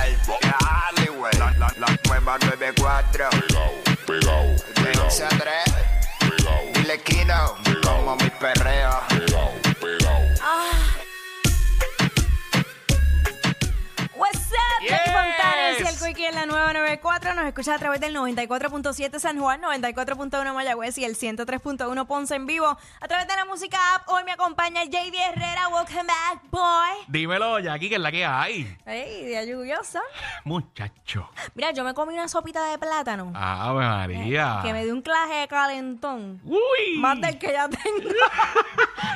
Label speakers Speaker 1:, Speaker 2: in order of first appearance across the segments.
Speaker 1: La Halliwell. La, la, la nueva 94.
Speaker 2: Pegao, pegao,
Speaker 1: De 11 a 3.
Speaker 2: pegao,
Speaker 1: Dile Kino. Como mi perreo.
Speaker 2: pegao, pegao.
Speaker 3: What's up, Jackie
Speaker 4: Yes.
Speaker 3: Fontanes y el Quickie en la nueva 94. Nos escuchas a través del 94.7 San Juan, 94.1 Mayagüez y el 103.1 Ponce en vivo. A través de la música app, hoy me acompaña JD Herrera, Welcome Back Boy.
Speaker 4: Dímelo, Jackie, que es la que hay.
Speaker 3: Ey, día lluvioso.
Speaker 4: Muchacho.
Speaker 3: Mira, yo me comí una sopita de plátano
Speaker 4: Ave María.
Speaker 3: Eh, que me dio un claje de calentón.
Speaker 4: Uy.
Speaker 3: Más del que ya tengo.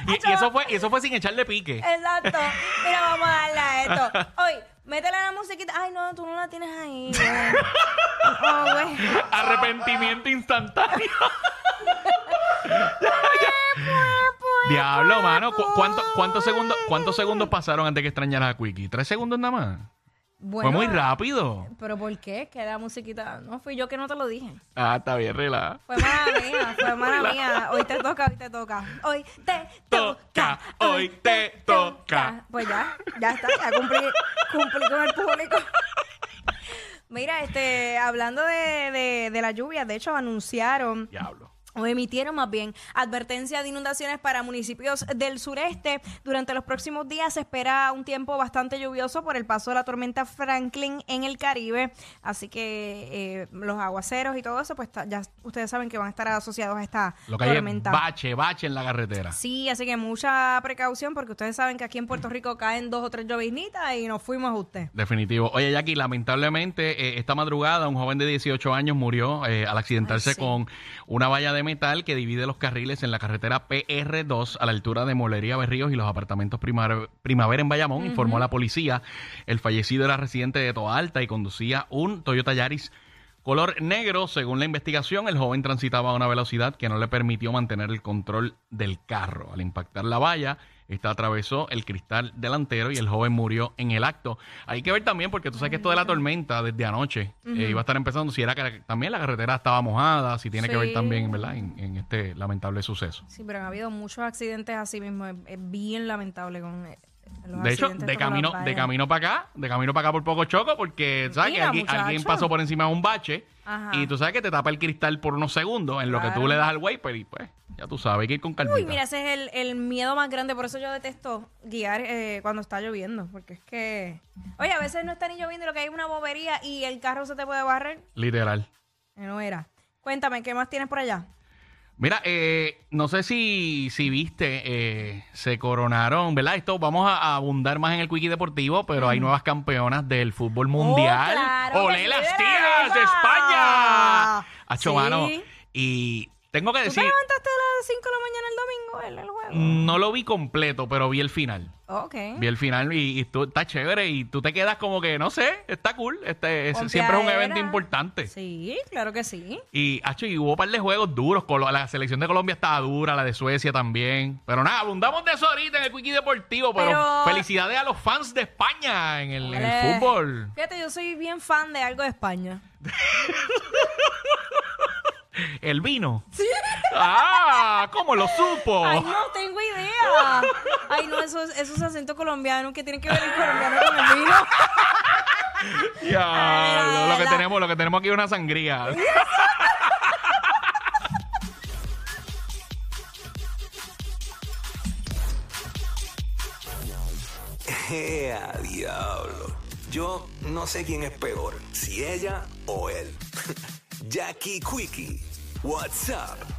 Speaker 4: Y, y eso fue, y eso fue sin echarle pique.
Speaker 3: Eh. Exacto. Mira, vamos a darle a esto. Hoy, métele la musiquita. Ay, no, tú no la tienes ahí. güey. Oh, güey.
Speaker 4: Arrepentimiento instantáneo. Diablo, mano. ¿Cu- cuánto- ¿Cuántos segundos, cuántos segundos pasaron antes que extrañaras a Quickie? ¿Tres segundos nada más?
Speaker 3: Bueno,
Speaker 4: fue muy rápido.
Speaker 3: Pero ¿por qué? Que la musiquita. No fui yo que no te lo dije.
Speaker 4: Ah, está bien, relaja.
Speaker 3: Fue mala mía, fue mala mía. Hoy te toca, hoy te toca. Hoy te toca.
Speaker 4: Toca, hoy te toca.
Speaker 3: Pues ya, ya está, ya cumplí, cumplí con el público. Mira, este, hablando de, de, de la lluvia, de hecho anunciaron
Speaker 4: Diablo.
Speaker 3: o emitieron más bien advertencia de inundaciones para municipios del sureste. Durante los próximos días se espera un tiempo bastante lluvioso por el paso de la tormenta Franklin en el Caribe. Así que eh, los aguaceros y todo eso, pues ta- ya ustedes saben que van a estar asociados a esta
Speaker 4: Lo que hay es
Speaker 3: tormenta.
Speaker 4: bache, bache en la carretera.
Speaker 3: Sí, así que mucha precaución porque ustedes saben que aquí en Puerto Rico caen dos o tres lloviznitas y nos fuimos a usted.
Speaker 4: Definitivo. Oye, Jackie, lamentablemente eh, esta madrugada un joven de 18 años murió eh, al accidentarse
Speaker 3: Ay, sí.
Speaker 4: con una valla de metal que divide los carriles en la carretera PR2 a la altura de Molería Berríos y los apartamentos Primar- Primavera en Bayamón, informó la policía. El fallecido era residente de Toa Alta y conducía un Toyota Yaris color negro. Según la investigación, el joven transitaba a una velocidad que no le permitió mantener el control del carro. Al impactar la valla, esta atravesó el cristal delantero y el joven murió en el acto. Hay que ver también, porque tú sabes que esto de la tormenta desde anoche eh, iba a estar empezando, si era que también la carretera estaba mojada, si tiene que ver
Speaker 3: Sí.
Speaker 4: también, ¿verdad?, en, en este lamentable suceso.
Speaker 3: Sí, pero han habido muchos accidentes así mismo. Es, es bien lamentable con eh, los
Speaker 4: De hecho,
Speaker 3: accidentes
Speaker 4: de
Speaker 3: con las
Speaker 4: camino, de
Speaker 3: vallas.
Speaker 4: camino para acá, de camino para acá por poco choco, porque sabes que
Speaker 3: Mira,
Speaker 4: alguien,
Speaker 3: muchacho.
Speaker 4: alguien pasó por encima de un bache
Speaker 3: Ajá.
Speaker 4: y tú sabes que te tapa el cristal por unos segundos en lo que tú
Speaker 3: Claro.
Speaker 4: le das al wiper y pues ya tú sabes hay que ir con calma.
Speaker 3: Uy, mira, ese es el, el miedo más grande. Por eso yo detesto guiar eh, cuando está lloviendo. Porque es que. Oye, a veces no está ni lloviendo y lo que hay es una bobería y el carro se te puede barrer.
Speaker 4: Literal.
Speaker 3: Eh, No era. Cuéntame, ¿qué más tienes por allá?
Speaker 4: Mira, eh, no sé si, si viste, eh, se coronaron, ¿verdad? Esto vamos a, a abundar más en el Quickie Deportivo, pero hay nuevas campeonas del fútbol mundial.
Speaker 3: Oh, claro que
Speaker 4: ¡Olé
Speaker 3: sí,
Speaker 4: las
Speaker 3: de la
Speaker 4: tías de
Speaker 3: Eva!
Speaker 4: España! Acho,
Speaker 3: Sí.
Speaker 4: mano, Y tengo que
Speaker 3: ¿Tú
Speaker 4: decir,
Speaker 3: te levantaste a las 5 de la mañana el domingo, el, el juego?
Speaker 4: no lo vi completo, pero vi el final.
Speaker 3: Ok.
Speaker 4: Vi el final y, y tú- está chévere y tú te quedas como que, no sé, está cool. Este, es- siempre es un
Speaker 3: Pompeadera.
Speaker 4: evento importante.
Speaker 3: Sí, claro que sí.
Speaker 4: Y, hacho, y hubo un par de juegos duros. Colo- La selección de Colombia estaba dura, la de Suecia también. Pero nada, abundamos de eso ahorita en el Quickie Deportivo. Pero,
Speaker 3: Pero-
Speaker 4: felicidades a los fans de España en el, en el
Speaker 3: Eh,
Speaker 4: fútbol.
Speaker 3: Fíjate, yo soy bien fan de algo de España.
Speaker 4: El vino. ¡Ah! ¿Cómo lo supo?
Speaker 3: Ay, no tengo idea. Ay, no, esos, esos acentos colombianos que tienen que ver el colombiano con el vino.
Speaker 4: Diablo,
Speaker 3: Ay,
Speaker 4: lo que
Speaker 3: la-
Speaker 4: tenemos, lo que tenemos aquí es una sangría.
Speaker 5: ¡Ea, diablo! Yo no sé quién es peor, si ella o él. Jackie Quickie, what's up?